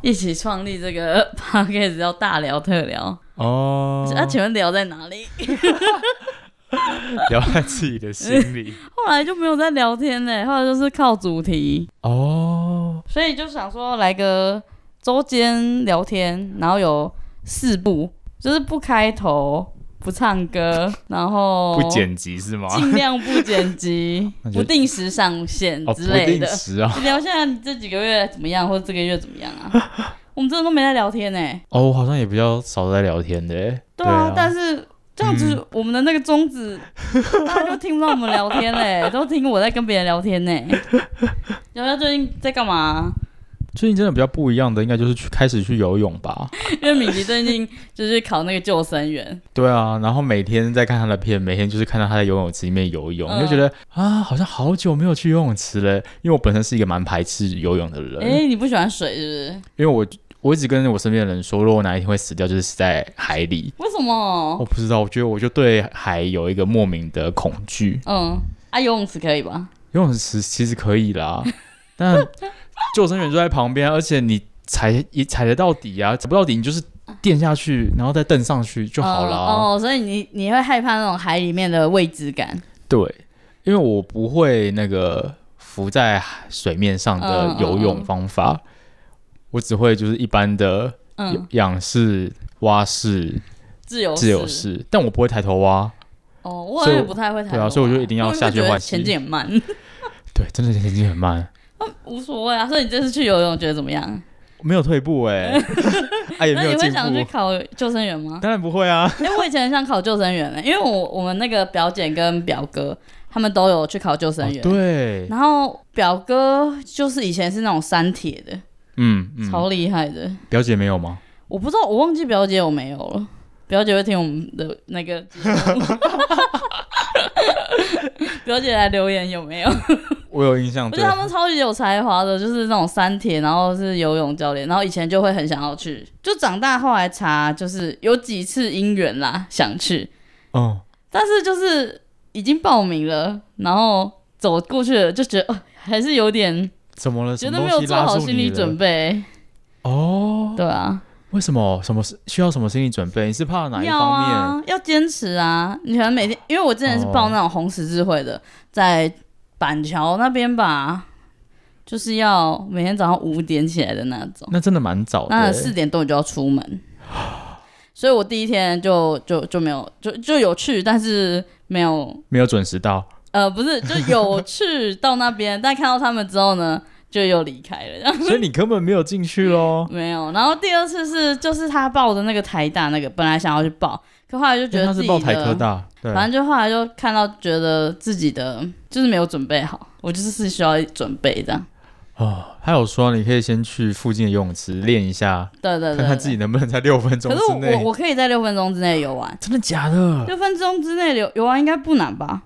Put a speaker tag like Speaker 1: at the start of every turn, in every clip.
Speaker 1: 一起创立这个 podcast 叫大聊特聊。
Speaker 2: 哦
Speaker 1: 那、，请问聊在哪里？
Speaker 2: 聊在自己的心 里。
Speaker 1: 后来就没有在聊天嘞，后来就是靠主题，
Speaker 2: 哦，
Speaker 1: 所以就想说来个周间聊天，然后有四部，就是不开头、不唱 歌，然后
Speaker 2: 不剪辑是吗？
Speaker 1: 尽量不剪辑
Speaker 2: 那，就
Speaker 1: 不定时上线
Speaker 2: 哦，不
Speaker 1: 之类
Speaker 2: 定
Speaker 1: 的。
Speaker 2: 时 啊。
Speaker 1: 就聊一下你这几个月怎么样，或者这个月怎么样啊？我们真的都没在聊天呢、
Speaker 2: 哦，我好像也比较少在聊天的欸。
Speaker 1: 对啊，但
Speaker 2: 是
Speaker 1: 是这样
Speaker 2: 嗯
Speaker 1: 子，我们的那个宗 旨，大家就听不到我们聊天嘞、都听我在跟别人聊 天呢、瑶瑶最近在干嘛？
Speaker 2: 最近真的比较不一样的，应该就是去开始去游泳吧。
Speaker 1: 因为米奇最近就是考那个救生员，
Speaker 2: 对啊，然后每天在看他的片，每天就是看到他在游泳池里面游泳，
Speaker 1: 嗯
Speaker 2: 就觉得啊，好像好久没有去游泳池了。因为我本身是一个蛮排斥游泳的人，
Speaker 1: 哎、你不喜欢水是
Speaker 2: 因为我我一直跟我身边的人说，如果哪一天会死掉，就是死在海里。
Speaker 1: 不是？为什么
Speaker 2: 我？不知道，我觉得我就对海有一个莫名的恐惧。
Speaker 1: 嗯，啊，游泳池可以吧？
Speaker 2: 游泳池其实可以啦， 但救生员就在旁边，而且你踩也踩得到底啊，踩不到底你就是垫下去，然后再蹬上去就好了、
Speaker 1: 哦哦，所以你你会害怕那种海里面的未知感。
Speaker 2: 对，因为我不会那个浮在水面上
Speaker 1: 嗯
Speaker 2: 的游泳方法，我只会就是一般的
Speaker 1: 嗯，
Speaker 2: 仰式、蛙式、
Speaker 1: 自由
Speaker 2: 自由式，但我不会抬头蛙。
Speaker 1: 哦，我
Speaker 2: 所以
Speaker 1: 也
Speaker 2: 我
Speaker 1: 不太会抬头
Speaker 2: 对啊
Speaker 1: 吧
Speaker 2: 所以我就一定要
Speaker 1: 因为
Speaker 2: 下去
Speaker 1: 觉得
Speaker 2: 换气
Speaker 1: 前进也慢，
Speaker 2: 对，真的前进很慢，
Speaker 1: 无所谓啊。所以你这次去游泳觉得怎么样？
Speaker 2: 没有退步 哎、啊也
Speaker 1: 那
Speaker 2: 没有
Speaker 1: 你会
Speaker 2: 进
Speaker 1: 想去
Speaker 2: 步，
Speaker 1: 考救生员吗？
Speaker 2: 当然不会啊。
Speaker 1: 哎、我以前很想考救生员、欸，因为我我们那个表姐跟表哥他们都有去考救生员。
Speaker 2: 哦对，
Speaker 1: 然后表哥就是以前是那种山铁的，
Speaker 2: 嗯嗯，
Speaker 1: 超厉害的。
Speaker 2: 表姐没有吗？
Speaker 1: 我不知道，我忘记表姐有没有了。表姐会听我们的那个节目， 表姐来留言有没有？
Speaker 2: 我有印象，
Speaker 1: 我
Speaker 2: 对
Speaker 1: 觉得他们超级有才华的，就是那种三铁，然后是游泳教练，然后以前就会很想要去，就长大后来查，就是有几次因缘啦想去，
Speaker 2: 哦，
Speaker 1: 但是就是已经报名了，然后走过去了，就觉得、呃、还是有点
Speaker 2: 怎么了？
Speaker 1: 觉
Speaker 2: 什
Speaker 1: 得
Speaker 2: 么
Speaker 1: 没
Speaker 2: 东
Speaker 1: 有
Speaker 2: 西
Speaker 1: 做
Speaker 2: 拉
Speaker 1: 好
Speaker 2: 住
Speaker 1: 心
Speaker 2: 你
Speaker 1: 理
Speaker 2: 了
Speaker 1: 准备，
Speaker 2: 哦，
Speaker 1: 对啊，
Speaker 2: 为什么？什么是需要什么心理准备？你是怕哪一
Speaker 1: 要
Speaker 2: 方面？
Speaker 1: 啊，要坚持啊，你可能每天，因为我之前是报那种红十字会的，在板桥那边吧。就是要每天早上五点起来的那种，
Speaker 2: 那真的蛮早的、
Speaker 1: 那
Speaker 2: 欸。
Speaker 1: 四点多你就要出 门，所以我第一天就就就没有就就有去，但是没有
Speaker 2: 没有准 时到，
Speaker 1: 呃不是就有去到那边，但看到他们之后呢，就又离开了，这样
Speaker 2: 所以你根本没有进去喽。
Speaker 1: 没有。然后第二次是就是他报的那个台大那个，本来想要去报，可后来就 觉
Speaker 2: 因
Speaker 1: 得
Speaker 2: 为他
Speaker 1: 自
Speaker 2: 是
Speaker 1: 己
Speaker 2: 报台科
Speaker 1: 的，
Speaker 2: 大，对，
Speaker 1: 反正就后来就看到觉得自己的就是没有准备好，我就是是需要准备这样。
Speaker 2: 哦，他有说你可以先去附近的游泳池练一下，
Speaker 1: 对对
Speaker 2: 看
Speaker 1: 对
Speaker 2: 看自己
Speaker 1: 对
Speaker 2: 能不能在六分钟
Speaker 1: 可是
Speaker 2: 之内
Speaker 1: 我。我可以在六分钟之内游完，
Speaker 2: 真的假的？
Speaker 1: 六分钟之内游游完应该不难吧？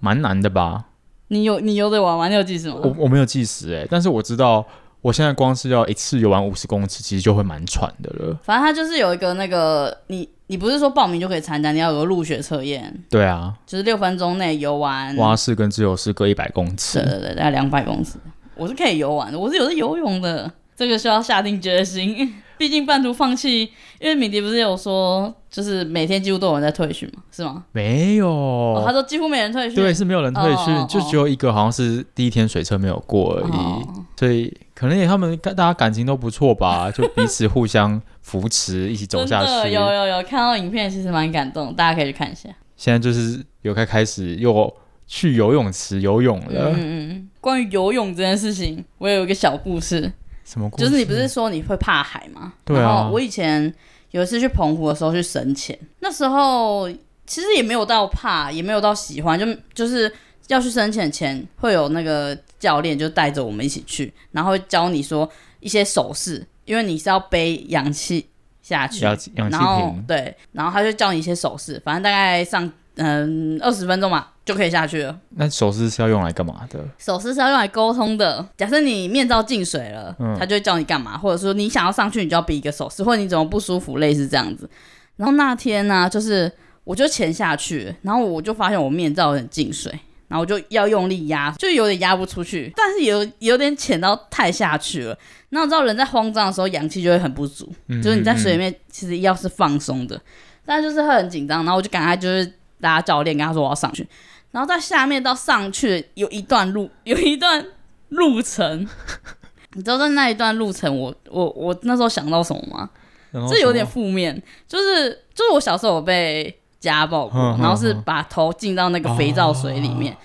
Speaker 2: 蛮难的吧？
Speaker 1: 你有你游得完吗？你有计时吗？
Speaker 2: 我我没有计时哎、但是我知道我现在光是要一次游完五十公尺，其实就会蛮喘的了。
Speaker 1: 反正他就是有一个那个，你你不是说报名就可以参加，你要有个入学测验，
Speaker 2: 对啊，
Speaker 1: 就是六分钟内游完。
Speaker 2: 蛙式跟自由式各一百公尺
Speaker 1: 对，对对，大概两百公尺，我是可以游完的，我是有在游泳的，这个需要下定决心。 毕竟半途放弃，因为米迪不是有说，就是每天几乎都有人在退训嘛，是吗？
Speaker 2: 没有。
Speaker 1: 哦，他说几乎没人退训。
Speaker 2: 对，是没有人退训，
Speaker 1: 哦哦
Speaker 2: 就只有一个好像是第一天水车没有过而已，
Speaker 1: 哦
Speaker 2: 所以可能也他们大家感情都不 错吧，就彼此互相扶持，一起走
Speaker 1: 真
Speaker 2: 下
Speaker 1: 的
Speaker 2: 去。
Speaker 1: 有有有看到影片，其实蛮感动，大家可以去看一下。
Speaker 2: 现在就是有开开始又去游泳池游泳了，
Speaker 1: 嗯嗯嗯，关于游泳这件事情，我有一个小故事。
Speaker 2: 什么故事？
Speaker 1: 就是你不是说你会怕海吗？
Speaker 2: 对啊
Speaker 1: 然后我以前有一次去澎湖的时候去深潜，那时候其实也没有到怕，也没有到喜欢，就就是要去深潜前会有那个教练就带着我们一起去，然后会教你说一些手势，因为你是要背氧气下去，
Speaker 2: 氧气氧气
Speaker 1: 然后
Speaker 2: 瓶，
Speaker 1: 对，然后他就教你一些手势，反正大概上嗯二十分钟嘛就可以下去了。
Speaker 2: 那手势是要用来干嘛的？
Speaker 1: 手势是要用来沟通的。假设你面罩进水了，
Speaker 2: 嗯
Speaker 1: 他就会叫你干嘛，或者说你想要上去，你就要比一个手势，或者你怎么不舒服，类似这样子。然后那天呢、就是我就潜下去，然后我就发现我面罩有点进水，然后我就要用力压，就有点压不出去，但是有有点潜到太下去了。那我知道人在慌张的时候，氧气就会很不足，
Speaker 2: 嗯
Speaker 1: 就是你在水里
Speaker 2: 嗯
Speaker 1: 面其实要是放松的，但就是会很紧张。然后我就赶快就是拉教练，跟他说我要上去，然后到下面到上去有一段路，有一段路程。 你知道在那一段路程我，我我那时候想到什么吗？
Speaker 2: 嗯然后
Speaker 1: 这有
Speaker 2: 什
Speaker 1: 点
Speaker 2: 么
Speaker 1: 负面，就是就是我小时候有被家暴过，
Speaker 2: 嗯嗯
Speaker 1: 然后是
Speaker 2: 嗯哦
Speaker 1: 把头浸到那个肥皂水里面。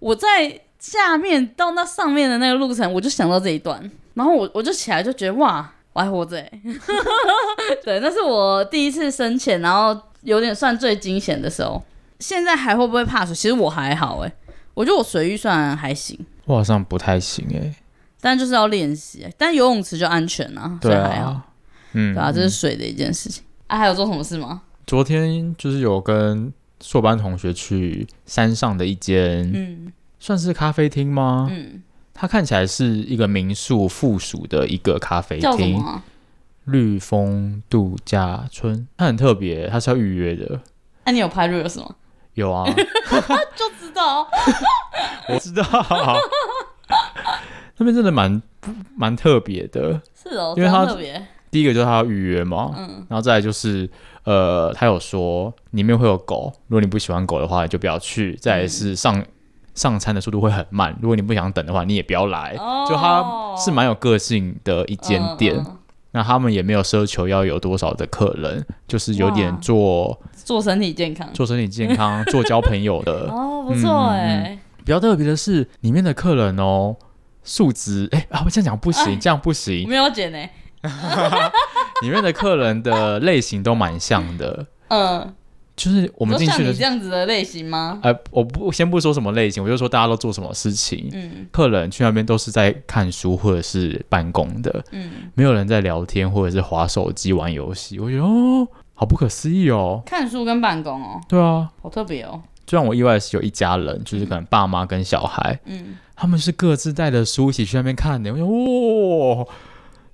Speaker 1: 我在下面到那上面的那个路程，我就想到这一段，然后我我就起来就觉得哇，我还活着、欸。 对，那是我第一次深潜，然后有点算最惊险的时候。现在还会不会怕水？其实我还好哎、我觉得我水域算还行，
Speaker 2: 我好像不太行哎、
Speaker 1: 但就是要练习欸、但游泳池就安全啊，所
Speaker 2: 对
Speaker 1: 以还好。
Speaker 2: 啊，嗯，
Speaker 1: 对啊，这是水的一件事情。啊，还有做什么事吗？
Speaker 2: 昨天就是有跟硕班同学去山上的一间、
Speaker 1: 嗯
Speaker 2: 算是咖啡厅吗？
Speaker 1: 嗯，
Speaker 2: 它看起来是一个民宿附属的一个咖啡
Speaker 1: 叫什么
Speaker 2: 厅，
Speaker 1: 啊？
Speaker 2: 绿峰度假村。它很特别，它是要预约的。
Speaker 1: 哎、你有拍 reels 吗？
Speaker 2: 有啊，
Speaker 1: 就知道，啊
Speaker 2: 我知道。 那边真的蛮蛮特别的。
Speaker 1: 是哦，
Speaker 2: 因为他
Speaker 1: 这样特别，
Speaker 2: 第一个就是它要预约嘛，
Speaker 1: 嗯
Speaker 2: 然后再来就是，呃，他有说里面会有狗，如果你不喜欢狗的话，你就不要去。
Speaker 1: 嗯
Speaker 2: 再来是上、上餐的速度会很慢，如果你不想等的话，你也不要来。
Speaker 1: 哦，
Speaker 2: 哎就它是蛮有个性的一间店，
Speaker 1: 嗯嗯
Speaker 2: 那他们也没有奢求要有多少的客人，就是有点
Speaker 1: 哇
Speaker 2: 做
Speaker 1: 嗯做身体健康，
Speaker 2: 做身体 健康、做交朋友的。
Speaker 1: 哦，不错
Speaker 2: 呃嗯嗯
Speaker 1: 哎、
Speaker 2: 比较特别的是，里面的客人哦，素质哎、啊，我这样讲 不行，这样不
Speaker 1: 我
Speaker 2: 行。
Speaker 1: 没有剪哎、
Speaker 2: 里面的客人的类型都蛮像的，
Speaker 1: 嗯，
Speaker 2: 就是我
Speaker 1: 我
Speaker 2: 们进去
Speaker 1: 像你
Speaker 2: 的时候
Speaker 1: 这样子的类型吗？
Speaker 2: 呃，我不先不说什么类型，我就说大家都做什么事情。
Speaker 1: 嗯
Speaker 2: 客人去那边都是在看书或者是办公的，
Speaker 1: 嗯，
Speaker 2: 没有人在聊天或者是划手机玩游戏。我觉得哦，好不可思议哦。
Speaker 1: 看书跟办公哦，
Speaker 2: 对啊，
Speaker 1: 好特别哦，
Speaker 2: 最让我意外的是有一家人，就是可能爸妈跟小孩，
Speaker 1: 嗯，
Speaker 2: 他们是各自带着书一起去那边看的。我想，哦，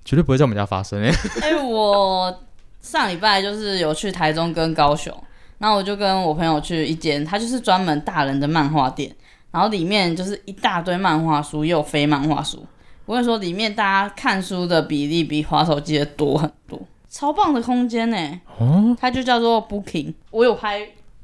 Speaker 2: 绝对不会在我们家发生 诶、
Speaker 1: 哎、我上礼拜就是有去台中跟高雄，然后我就跟我朋友去一间，它就是专门大人的漫画店，然后里面就是一大堆漫画书，也有非漫画书。我跟你说，里面大家看书的比例比滑手机的多很多，超棒的空间呢、
Speaker 2: 哦，
Speaker 1: 它就叫做 Booking，我有拍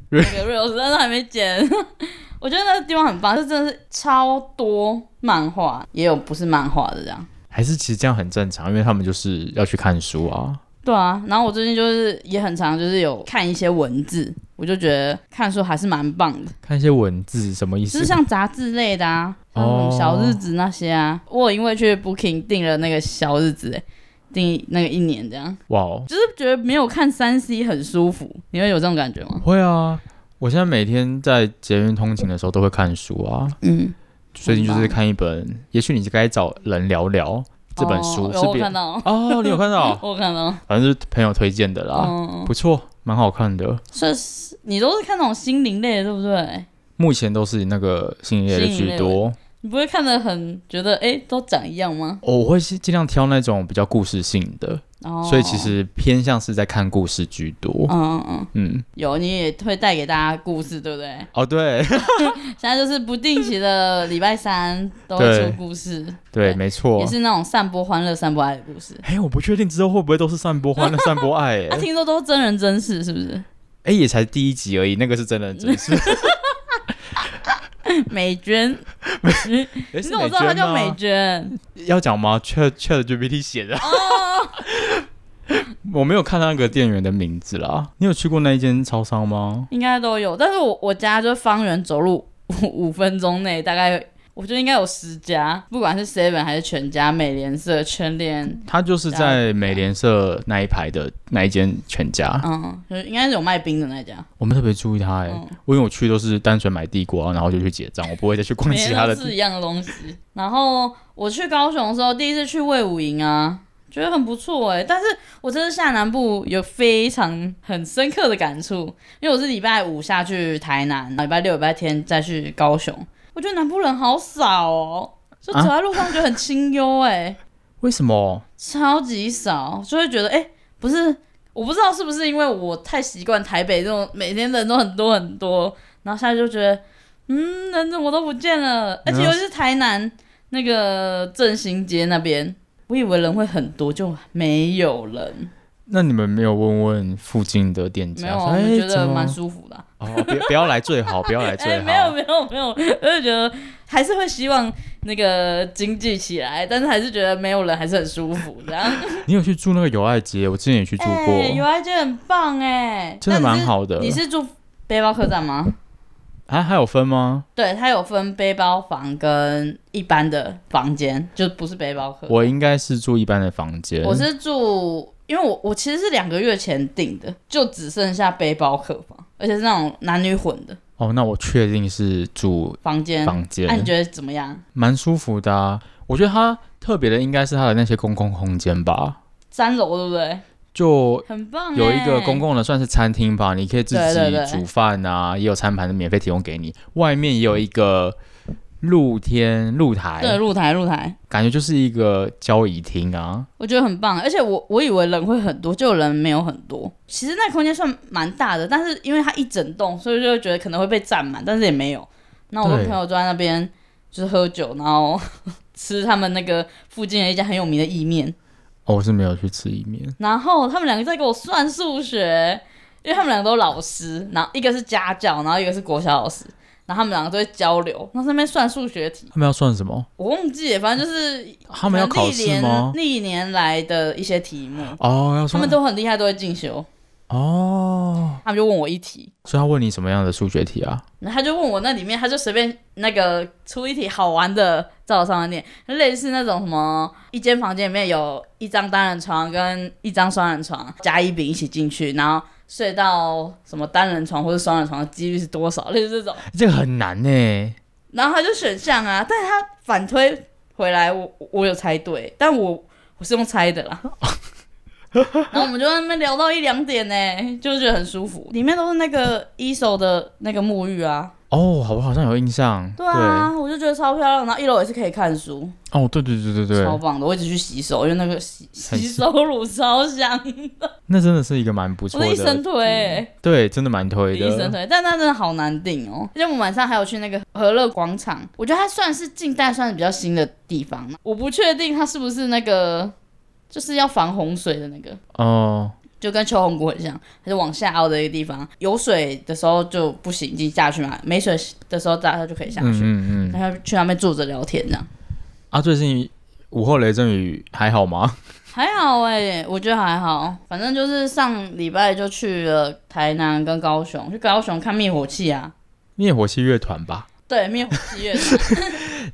Speaker 1: 那个 reels，但是还没剪。 我觉得那个地方很棒，这真的是超多漫画，也有不是漫画的这样。
Speaker 2: 还是其实这样很正常，因为他们就是要去看书啊。
Speaker 1: 对啊，然后我最近就是也很常就是有看一些文字，我就觉得看书还是蛮棒的，
Speaker 2: 看一些文字什么意
Speaker 1: 就
Speaker 2: 思？
Speaker 1: 是像杂志类的啊，像什么
Speaker 2: 哦
Speaker 1: 小日子那些啊。我有因为去 Booking 订了那个小日子、欸，订那个一年这样，
Speaker 2: 哇哦，
Speaker 1: 就是觉得没有看三 C 很舒服，你会有这种感觉吗？
Speaker 2: 会啊，我现在每天在捷运通勤的时候都会看书啊。
Speaker 1: 嗯，
Speaker 2: 最近就是看一本《也许你该找人聊聊》这本书，
Speaker 1: 哦有
Speaker 2: 是
Speaker 1: 我
Speaker 2: 别
Speaker 1: 看到，
Speaker 2: 哦，啊你有 看到？
Speaker 1: 我有看到，
Speaker 2: 反正是朋友推荐的啦，
Speaker 1: 嗯，
Speaker 2: 不错，蛮好看的。
Speaker 1: 所以是你都是看那种心灵类的，对不对？
Speaker 2: 目前都是以那个新一类的
Speaker 1: 新一类
Speaker 2: 居多，
Speaker 1: 你不会看的很觉得哎、欸都长一样吗？
Speaker 2: 哦我会是尽量挑那种比较故事性的，
Speaker 1: 哦，
Speaker 2: 所以其实偏向是在看故事居多。
Speaker 1: 嗯嗯嗯。
Speaker 2: 嗯，
Speaker 1: 有，你也会带给大家故事，对不对？
Speaker 2: 哦对
Speaker 1: 现在就是不定期的礼拜三都会
Speaker 2: 对
Speaker 1: 出故事，
Speaker 2: 对，
Speaker 1: 对
Speaker 2: 没错
Speaker 1: 也。是那种散播欢乐、散播爱的故事。
Speaker 2: 哎、我不确定之后会不会都是散播欢乐、散播爱、 欸？
Speaker 1: 啊，
Speaker 2: 哎、
Speaker 1: 听说都是真人真事，是不是？
Speaker 2: 也才第一集而已，那个是真人真事。
Speaker 1: 美娟，
Speaker 2: 你
Speaker 1: 你怎么知道她叫美娟？
Speaker 2: 要讲吗？Chat Chat GPT 写的。
Speaker 1: 哦，
Speaker 2: 我没有看到那个店员的名字啦。你有去过那一间超商吗？
Speaker 1: 应该都有。但是我我家就是方圆走路 五五分钟内，大概我觉得应该有十家，不管是 Seven 还是全家、美联社、全联，
Speaker 2: 它就是在美联社那一排的那一间全家。
Speaker 1: 嗯，就是应该是有卖冰的那家。
Speaker 2: 我们特别注意它、欸，
Speaker 1: 嗯
Speaker 2: 我因为我去都是单纯买地瓜，然后就去结账，我不会再去逛
Speaker 1: 每
Speaker 2: 其
Speaker 1: 天
Speaker 2: 他
Speaker 1: 都
Speaker 2: 的。
Speaker 1: 是一样的东西。然后我去高雄的时候，第一次去魏武营啊，觉得很不错哎、但是我这次下南部有非常很深刻的感触，因为我是礼拜五下去台南，然后礼拜六、礼拜天再去高雄。我觉得南部人好少哦、就走在路上觉得很清幽哎、
Speaker 2: 为什么？
Speaker 1: 超级少，就会觉得哎、诶不是，我不知道是不是因为我太习惯台北这种每天人都很多很多，然后现在就觉得嗯，人怎么都不见了？而且尤其是台南那个振兴街那边，我以为人会很多，就没有人，
Speaker 2: 那你们没有问问附近的店
Speaker 1: 没
Speaker 2: 家
Speaker 1: 有，
Speaker 2: 说？
Speaker 1: 我
Speaker 2: 哎、
Speaker 1: 们觉
Speaker 2: 怎
Speaker 1: 得
Speaker 2: 么
Speaker 1: 蛮舒服的啊、
Speaker 2: 哦，不不要来最好，不要来
Speaker 1: 哎、
Speaker 2: 最好。啊
Speaker 1: 没有没有没有，我就觉得还是会希望那个经济起来，但是还是觉得没有人还是很舒服。这样，
Speaker 2: 你有去住那个友爱街？我之前也去住过，
Speaker 1: 哎、有爱街很棒哎、
Speaker 2: 真的蛮好的
Speaker 1: 但。你是。你是住背包客栈吗？
Speaker 2: 啊，还有分吗？
Speaker 1: 对，它有分背包房跟一般的房间，就不是背包客。
Speaker 2: 我应该是住一般的房间。
Speaker 1: 呃哦我是住，因为我我其实是两个月前订的，就只剩下背包客房，而且是那种男女混的
Speaker 2: 哦，那我确定是住
Speaker 1: 房间。
Speaker 2: 房
Speaker 1: 嗯那、你
Speaker 2: 间，
Speaker 1: 觉得怎么样？
Speaker 2: 蛮、舒服的、啊。我觉得它特别的应该是它的那些公共空间吧，
Speaker 1: 三楼对不对？
Speaker 2: 就
Speaker 1: 很棒、哎
Speaker 2: 有一个公。共的算是餐厅吧，你可以自
Speaker 1: 对对对
Speaker 2: 己煮饭啊，也有餐盘的免费提供给你。外面也有一个露天露台，
Speaker 1: 对，露台露台，
Speaker 2: 感觉就是一个交易厅啊。
Speaker 1: 我觉得很棒。而且我我以为人会很多，就人没有很多。其实那空间算蛮大的，但是因为它一整栋，所以就会觉得可能会被占满，但是也没有。那我跟
Speaker 2: 对
Speaker 1: 朋友坐在那边就是喝酒，然后 吃他们那个附近的一家很有名的意面。
Speaker 2: 哦，我是没有去吃意面。
Speaker 1: 然后他们两个在给我算数学，因为他们两个都老师，然后一个是家教，然后一个是国小老师，然后他们两个都会交流，那上面算数学题，
Speaker 2: 他们要算什么？
Speaker 1: 我忘记了，反正就是
Speaker 2: 他们要考
Speaker 1: 历
Speaker 2: 试
Speaker 1: 年
Speaker 2: 吗？
Speaker 1: 历年来的一些题目，
Speaker 2: 哦，
Speaker 1: 啊
Speaker 2: 要
Speaker 1: 他
Speaker 2: 算
Speaker 1: 们都很厉害，都会进修，
Speaker 2: 哦，
Speaker 1: 他们就问我一题。
Speaker 2: 所以他问你什么样的数学题啊？
Speaker 1: 然后他就问我那里面，他就随便那个出一题好玩的，照我上面念，类似那种什么，一间房间里面有一张单人床跟一张双人床，甲乙丙一起进去，然后睡到什么单人床或者双人床的几率是多少，类似这种。
Speaker 2: 这个很难呢、
Speaker 1: 然后他就选项啊，但是他反推回来，我我有猜对，但我我是用猜的 啦。然后我们就在那边聊到一两点呢、就觉得很舒服。里面都是那个一手的那个沐浴啊，
Speaker 2: 哦，好，我好像有印象。
Speaker 1: 对啊，我就觉得超漂亮。然后一楼也是可以看书，
Speaker 2: 对，哦，对对对对
Speaker 1: 超
Speaker 2: 对，
Speaker 1: 棒的。我一直去洗手，因为那个洗
Speaker 2: 很
Speaker 1: 洗手乳超 香，
Speaker 2: 那真的是一个蛮不错
Speaker 1: 我是一
Speaker 2: 的
Speaker 1: 生，推、欸，
Speaker 2: 对，真的蛮推
Speaker 1: 一生
Speaker 2: 的。
Speaker 1: 推。但它真的好难订哦。而且我们晚上还有去那个和乐广场，我觉得它算是近代算是比较新的地方，我不确定它是不是那个就是要防洪水的那个。
Speaker 2: 哦，
Speaker 1: 就跟秋红谷很像，它是往下凹的一个地方。有水的时候就不行，你下去嘛；没水的时候，大家就可以下
Speaker 2: 嗯
Speaker 1: 去。
Speaker 2: 嗯嗯。
Speaker 1: 然后去那边坐着聊天，这样
Speaker 2: 啊，最近午后雷阵雨还好吗？
Speaker 1: 还好哎、我觉得还好，反正就是上礼拜就去了台南跟高雄，去高雄看灭火器啊。
Speaker 2: 灭火器乐团吧？
Speaker 1: 对，灭火器乐团，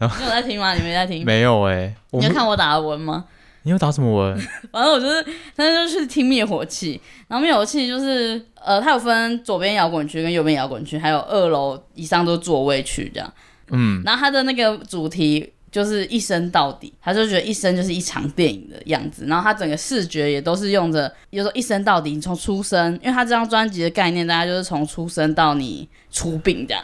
Speaker 1: 你有在听吗？你没在听？
Speaker 2: 没有哎、我
Speaker 1: 你有
Speaker 2: 们
Speaker 1: 看我打的文吗？
Speaker 2: 你有打什么文？
Speaker 1: 反正我就是，那天就去听灭火器，然后灭火器就是，呃，它有分左边摇滚区跟右边摇滚区，还有二楼以上都是座位区这样。
Speaker 2: 嗯，
Speaker 1: 然后它的那个主题就是一生到底，他就觉得一生就是一场电影的样子。然后他整个视觉也都是用着，比如说一生到底，你从出生，因为他这张专辑的概念，大家就是从出生到你出殡这样。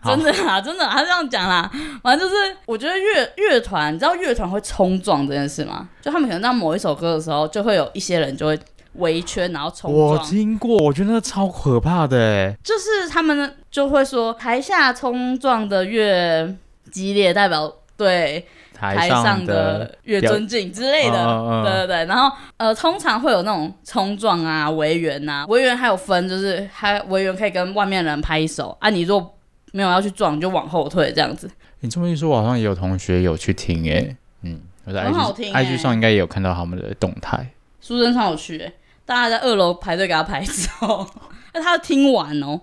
Speaker 2: 好
Speaker 1: 真的啊，真的、啊，他这样讲啦。反正就是，我觉得乐乐团，你知道乐团会冲撞这件事吗？就他们可能到某一首歌的时候，就会有一些人就会围圈，然后冲
Speaker 2: 我
Speaker 1: 撞。
Speaker 2: 听过，我觉得那超可怕的哎、
Speaker 1: 就是他们就会说，台下冲撞的越激烈，代表对台
Speaker 2: 台
Speaker 1: 上
Speaker 2: 的
Speaker 1: 的越尊敬之类的。
Speaker 2: 嗯嗯嗯
Speaker 1: 对对对，然后呃，通常会有那种冲撞啊、围员啊，围员还有分，就是还围员可以跟外面的人拍手啊，你如果没有要去撞，你就往后退这样子。
Speaker 2: 你这么一说，我好像也有同学有去听诶、嗯，我在
Speaker 1: 很
Speaker 2: IG
Speaker 1: 好听欸
Speaker 2: IG 上应该也有看到他们的动态。
Speaker 1: 苏贞昌有去、欸，大家在二楼排队给他拍照， 那他听完哦，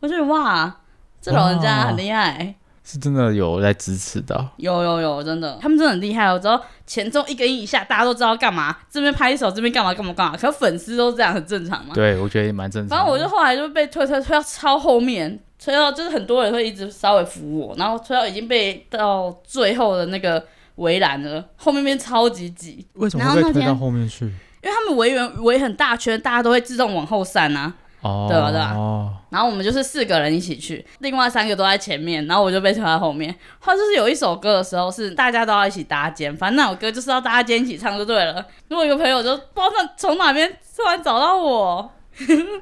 Speaker 1: 我觉得哇，这老人家很厉害、
Speaker 2: 是真的有在支持的，
Speaker 1: 有有有，真的，他们真的很厉害哦。只要前奏一跟一下，大家都知道干嘛，这边拍手，这边干嘛干嘛干嘛。可粉丝都这样，很正常嘛。
Speaker 2: 对我觉得也蛮正常的。
Speaker 1: 反正我就后来就被推推推到超后面，推到就是很多人会一直稍微扶我，然后推到已经被到最后的那个围栏了，后面变超级挤，
Speaker 2: 为什
Speaker 1: 然
Speaker 2: 么
Speaker 1: 后
Speaker 2: 会
Speaker 1: 那
Speaker 2: 被推
Speaker 1: 天
Speaker 2: 到后面去？
Speaker 1: 因为他们围员围很大圈，大家都会自动往后散啊。
Speaker 2: 哦，
Speaker 1: 对啊对啊
Speaker 2: 哦，
Speaker 1: 然后我们就是四个人一起去，另外三个都在前面，然后我就被推在后面。后来就是有一首歌的时候是大家都要一起搭肩，反正那首歌就是要大家肩一起唱就对了。如果有个朋友就不知道那从哪边突然找到我，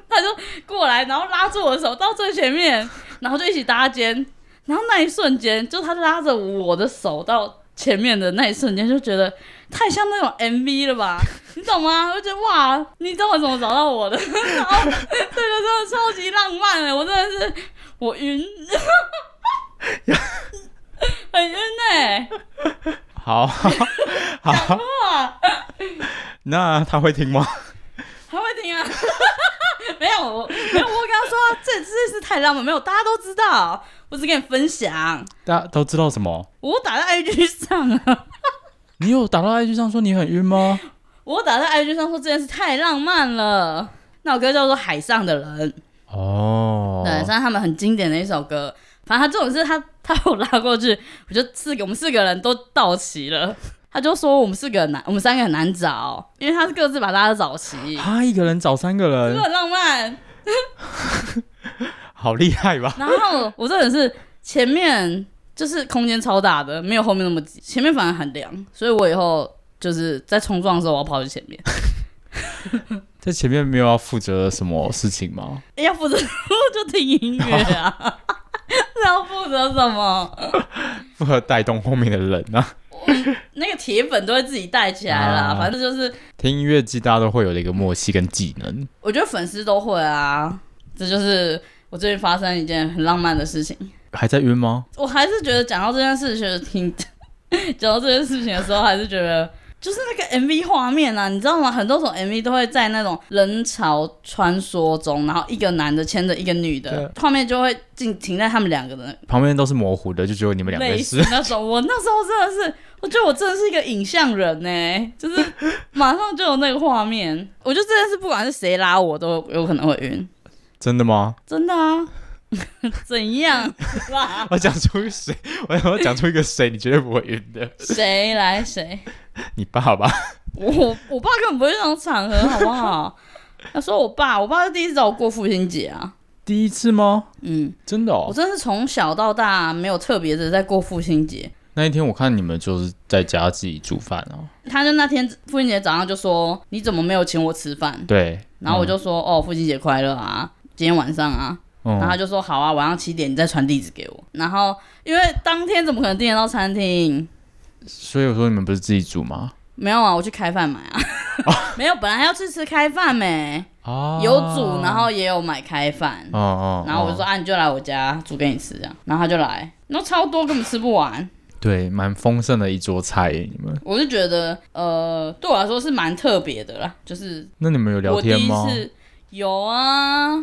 Speaker 1: 他就过来，然后拉住我的手到最前面，然后就一起搭肩。然后那一瞬间，就他拉着我的手到前面的那一瞬间，就觉得太像那种 MV 了吧，你懂吗？我就觉得哇，你知道我怎么找到我的？然后这个真的超级浪漫哎，我真的是我晕，很晕哎、
Speaker 2: 好， 好，
Speaker 1: 哇，
Speaker 2: 那他会听吗？
Speaker 1: 还会听啊？ 没有，我没有，我跟他说这这是太浪漫，没有，大家都知道，我只跟你分享，
Speaker 2: 大家都知道什么？
Speaker 1: 我打在 IG 上啊。
Speaker 2: 你有打到 IG 上说你很晕吗？
Speaker 1: 我打在 IG 上说这件事太浪漫了。那首歌叫做《海上的人》，
Speaker 2: 哦，
Speaker 1: 对，算是他们很经典的一首歌。反正他这种事，他 他把我拉过去，我就四个我们四个人都到齐了。他就说我们四个很难，我们三个很难找，因为他是各自把大家找齐，
Speaker 2: 他一个人找三个
Speaker 1: 是不是
Speaker 2: 人，
Speaker 1: 很浪漫？
Speaker 2: 好厉害吧？
Speaker 1: 然后我这人是前面就是空间超大的，没有后面那么挤，前面反而很凉，所以我以后就是在冲撞的时候，我要跑去前面。
Speaker 2: 在前面没有要负责什么事情吗？
Speaker 1: 要负责就听音乐啊， 要负责什么？
Speaker 2: 负责带动后面的人啊？
Speaker 1: 那个铁粉都会自己带起来啦，
Speaker 2: 啊
Speaker 1: 反正就是
Speaker 2: 听音乐季大家都会有的一个默契跟技能。
Speaker 1: 我觉得粉丝都会啊，这就是我最近发生一件很浪漫的事情。
Speaker 2: 还在晕吗？
Speaker 1: 我还是觉得讲到这件事情， 挺讲到这件事情的时候，还是觉得。就是那个 MV 画面啊，你知道吗？很多种 MV 都会在那种人潮穿梭中，然后一个男的牵着一个女的，画面就会停停在他们两个人
Speaker 2: 旁边都是模糊的，就只有你们两个
Speaker 1: 类
Speaker 2: 人
Speaker 1: 似
Speaker 2: 是。
Speaker 1: 那种，我那时候真的是，我觉得我真的是一个影像人呢、就是马上就有那个画面。我觉得真的是不管是谁拉我，都有可能会晕，
Speaker 2: 真的吗？
Speaker 1: 真的啊。怎样啦？
Speaker 2: 我讲出谁？我要讲出一个谁，你绝对不会晕的。
Speaker 1: 谁来谁？
Speaker 2: 你爸爸？
Speaker 1: 我我爸根本不会这种场合，好不好？他说我爸，我爸是第一次找我过父亲节啊。
Speaker 2: 第一次吗？
Speaker 1: 嗯，
Speaker 2: 真的
Speaker 1: 我
Speaker 2: 哦。
Speaker 1: 真的是从小到大没有特别的在过父亲节，
Speaker 2: 那一天我看你们就是在家自己煮饭哦。
Speaker 1: 他就那天父亲节早上就说：“你怎么没有请我吃饭？”
Speaker 2: 对。
Speaker 1: 然后我就说：“哦，父亲节快乐啊，今天晚上啊。”
Speaker 2: 嗯，
Speaker 1: 然后他
Speaker 2: 嗯，
Speaker 1: 就说：“好啊，晚上七点你再传地址给我。”然后因为当天怎么可能订得到餐厅？
Speaker 2: 所以我说你们不是自己煮吗？
Speaker 1: 没有啊，我去开饭买啊。
Speaker 2: 哦
Speaker 1: 没有，本来要去吃开饭没，
Speaker 2: 啊
Speaker 1: 有煮，然后也有买开饭。
Speaker 2: 哦哦，
Speaker 1: 然后我就
Speaker 2: 哦
Speaker 1: 说：“啊，你就来我家煮给你吃这样。”然后他就来，然后超多根本吃不完。
Speaker 2: 对，蛮丰盛的一桌菜耶，你们。
Speaker 1: 我就觉得，呃，对我来说是蛮特别的啦，就是
Speaker 2: 那你们有聊
Speaker 1: 我第
Speaker 2: 天
Speaker 1: 一
Speaker 2: 吗？
Speaker 1: 次有啊。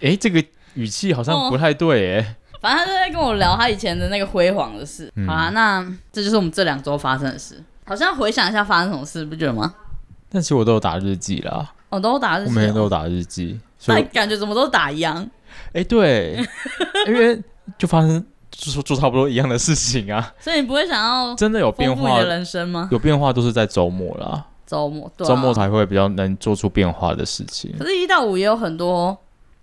Speaker 2: 诶，这个语气好像不太对耶。
Speaker 1: 反正他就在跟我聊他以前的那个辉煌的事。
Speaker 2: 嗯
Speaker 1: 好啦，那这就是我们这两周发生的事。好像回想一下发生什么事，不觉得吗？
Speaker 2: 但其实我都有打日记啦，
Speaker 1: 我、都打日
Speaker 2: 我每天
Speaker 1: 记哦，
Speaker 2: 都有打日记，所
Speaker 1: 但
Speaker 2: 以
Speaker 1: 哎感觉怎么都打一样。
Speaker 2: 哎、 对，因为就发生就做做差不多一样的事情啊，
Speaker 1: 所以你不会想要
Speaker 2: 真的有变
Speaker 1: 哦丰富你
Speaker 2: 化，
Speaker 1: 的人生 吗？
Speaker 2: 有变化都是在周末啦，
Speaker 1: 周末，对、啊，
Speaker 2: 周末。才会比较能做出变化的事情。
Speaker 1: 可是，一到五也有很多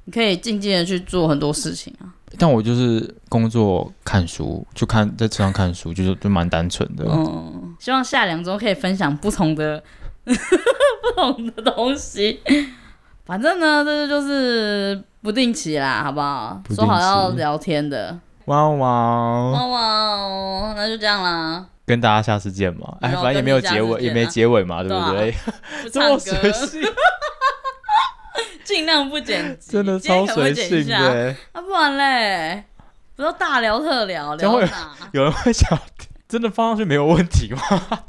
Speaker 1: 你可以静静的去做很多事情啊。
Speaker 2: 但我就是工作、看书，就看在车上看书，就是就蛮单纯的。
Speaker 1: 嗯，希望下两周可以分享不同的 不同的东西。反正呢，这就是不定期啦，好不好？
Speaker 2: 不定
Speaker 1: 说好要
Speaker 2: 期
Speaker 1: 聊天的。
Speaker 2: 哇哇，
Speaker 1: 哇哇哦，那就这样啦，
Speaker 2: 跟大家下次见嘛。哎，
Speaker 1: 没有
Speaker 2: 反正也没有
Speaker 1: 跟你下
Speaker 2: 结
Speaker 1: 次
Speaker 2: 尾，也
Speaker 1: 见
Speaker 2: 没
Speaker 1: 啊
Speaker 2: 结尾嘛，对不
Speaker 1: 对啊
Speaker 2: 对？
Speaker 1: 不
Speaker 2: 这么
Speaker 1: 唱
Speaker 2: 随
Speaker 1: 歌，
Speaker 2: 性，
Speaker 1: 尽量不剪辑，
Speaker 2: 真的
Speaker 1: 今天
Speaker 2: 超
Speaker 1: 可能会剪
Speaker 2: 随
Speaker 1: 一
Speaker 2: 性
Speaker 1: 下，
Speaker 2: 的。
Speaker 1: 啊，不然嘞，不要大聊特聊，
Speaker 2: 这样
Speaker 1: 聊
Speaker 2: 会
Speaker 1: 哪？
Speaker 2: 有人会想，真的放上去没有问题吗？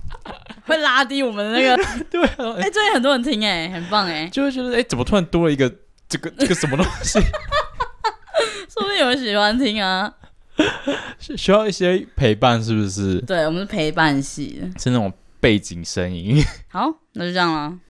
Speaker 1: 会拉低我们的那个，
Speaker 2: 对啊，
Speaker 1: 哎，最近很多人听，哎，很棒， 哎，
Speaker 2: 就会觉得哎、诶怎么突然多了一个这个这个什么东西？
Speaker 1: 说不定有人喜欢听啊。
Speaker 2: 需需要一些陪伴，是不是？
Speaker 1: 对，我们是陪伴系的，
Speaker 2: 是那种背景声音。
Speaker 1: 好，那就这样啦。